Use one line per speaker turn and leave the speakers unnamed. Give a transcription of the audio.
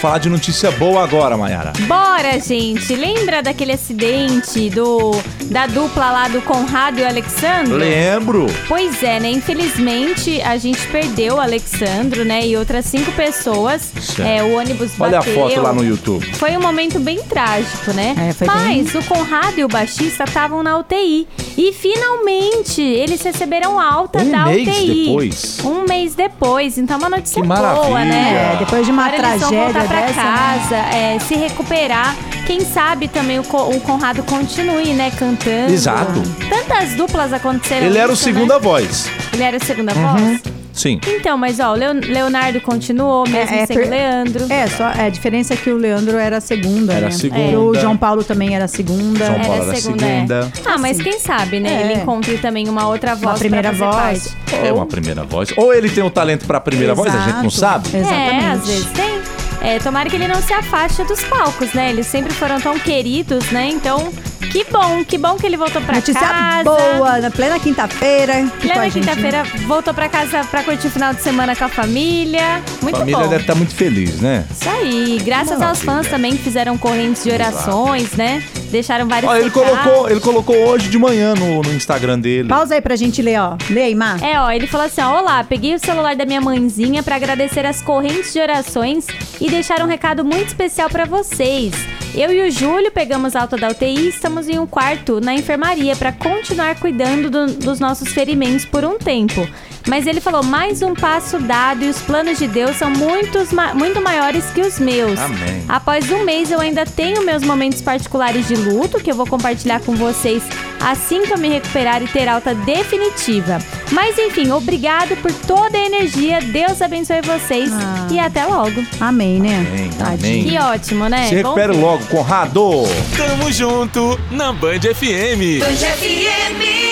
falar de notícia boa agora, Mayara.
Bora, gente! Lembra daquele acidente do da dupla lá do Conrado e o Alexandro?
Lembro.
Pois é, né? Infelizmente a gente perdeu o Alexandro, né? E outras cinco pessoas.
Certo.
É, o ônibus
Olha
bateu.
a foto lá no YouTube.
Foi um momento bem trágico, né?
É, foi
Mas o Conrado e o baixista estavam na UTI. E finalmente eles receberam alta
Um
da
mês
UTI.
depois.
Um mês depois. Então, uma notícia
Que
boa,
maravilha.
né?
É, depois de uma
Agora eles vão
tragédia
voltar pra
dessa, né?
casa, é, se recuperar. Quem sabe também o, Co- o Conrado continue, né, cantando.
Exato.
Tantas duplas aconteceram.
Ele era o Uhum.
isso, né?
segunda voz.
Ele era o segunda voz?
Sim.
Então, mas ó, o Leon- Leonardo continuou, mesmo sem
É, per-
o Leandro.
É, só a diferença é que o Leandro era a segunda,
Era
né?
a segunda.
E o João Paulo também era a segunda.
João Paulo.
Era
Bora,
a segunda.
segunda.
é. Ah, mas quem sabe, né?
É.
Ele encontre também uma outra voz.
Uma primeira
pra fazer
voz.
parte.
É uma primeira voz. Ou ele tem o talento pra primeira voz, a gente não
Exato.
sabe.
Exatamente.
É, às vezes tem. É, tomara que ele não se afaste dos palcos, né? Eles sempre foram tão queridos, né? Então, que bom, que bom que ele voltou pra
Notícia
casa.
boa, na plena quinta-feira. aqui com a
Lembra
gente, né?
quinta-feira, voltou pra casa pra curtir o final de semana com a família. Muito
A família
bom.
deve estar muito feliz, né?
Isso aí. Graças aos
Maravilha.
fãs também que fizeram correntes de orações, né? Deixaram vários
Ó, ele
recados.
colocou, ele colocou hoje de manhã no, no Instagram dele.
Pausa aí pra gente ler, ó. Lê aí, Má.
É, ó, ele falou assim, ó, olá, peguei o celular da minha mãezinha pra agradecer as correntes de orações e deixar um recado muito especial pra vocês. Eu e o Júlio pegamos alta da UTI e estamos em um quarto na enfermaria pra continuar cuidando do- dos nossos ferimentos por um tempo. Mas ele falou, mais um passo dado e os planos de Deus são muitos, ma- muito maiores que os meus.
Amém.
Após um mês, eu ainda tenho meus momentos particulares de luto, que eu vou compartilhar com vocês assim que eu me recuperar e ter alta definitiva. Mas enfim, obrigado por toda a energia, Deus abençoe vocês
Ah.
e até logo.
Amém, né?
Amém,
Tadinho.
amém.
Que ótimo, né?
Se
Bom
recupere
fim.
logo, Conrado.
Tamo junto na Band FM.
Band FM.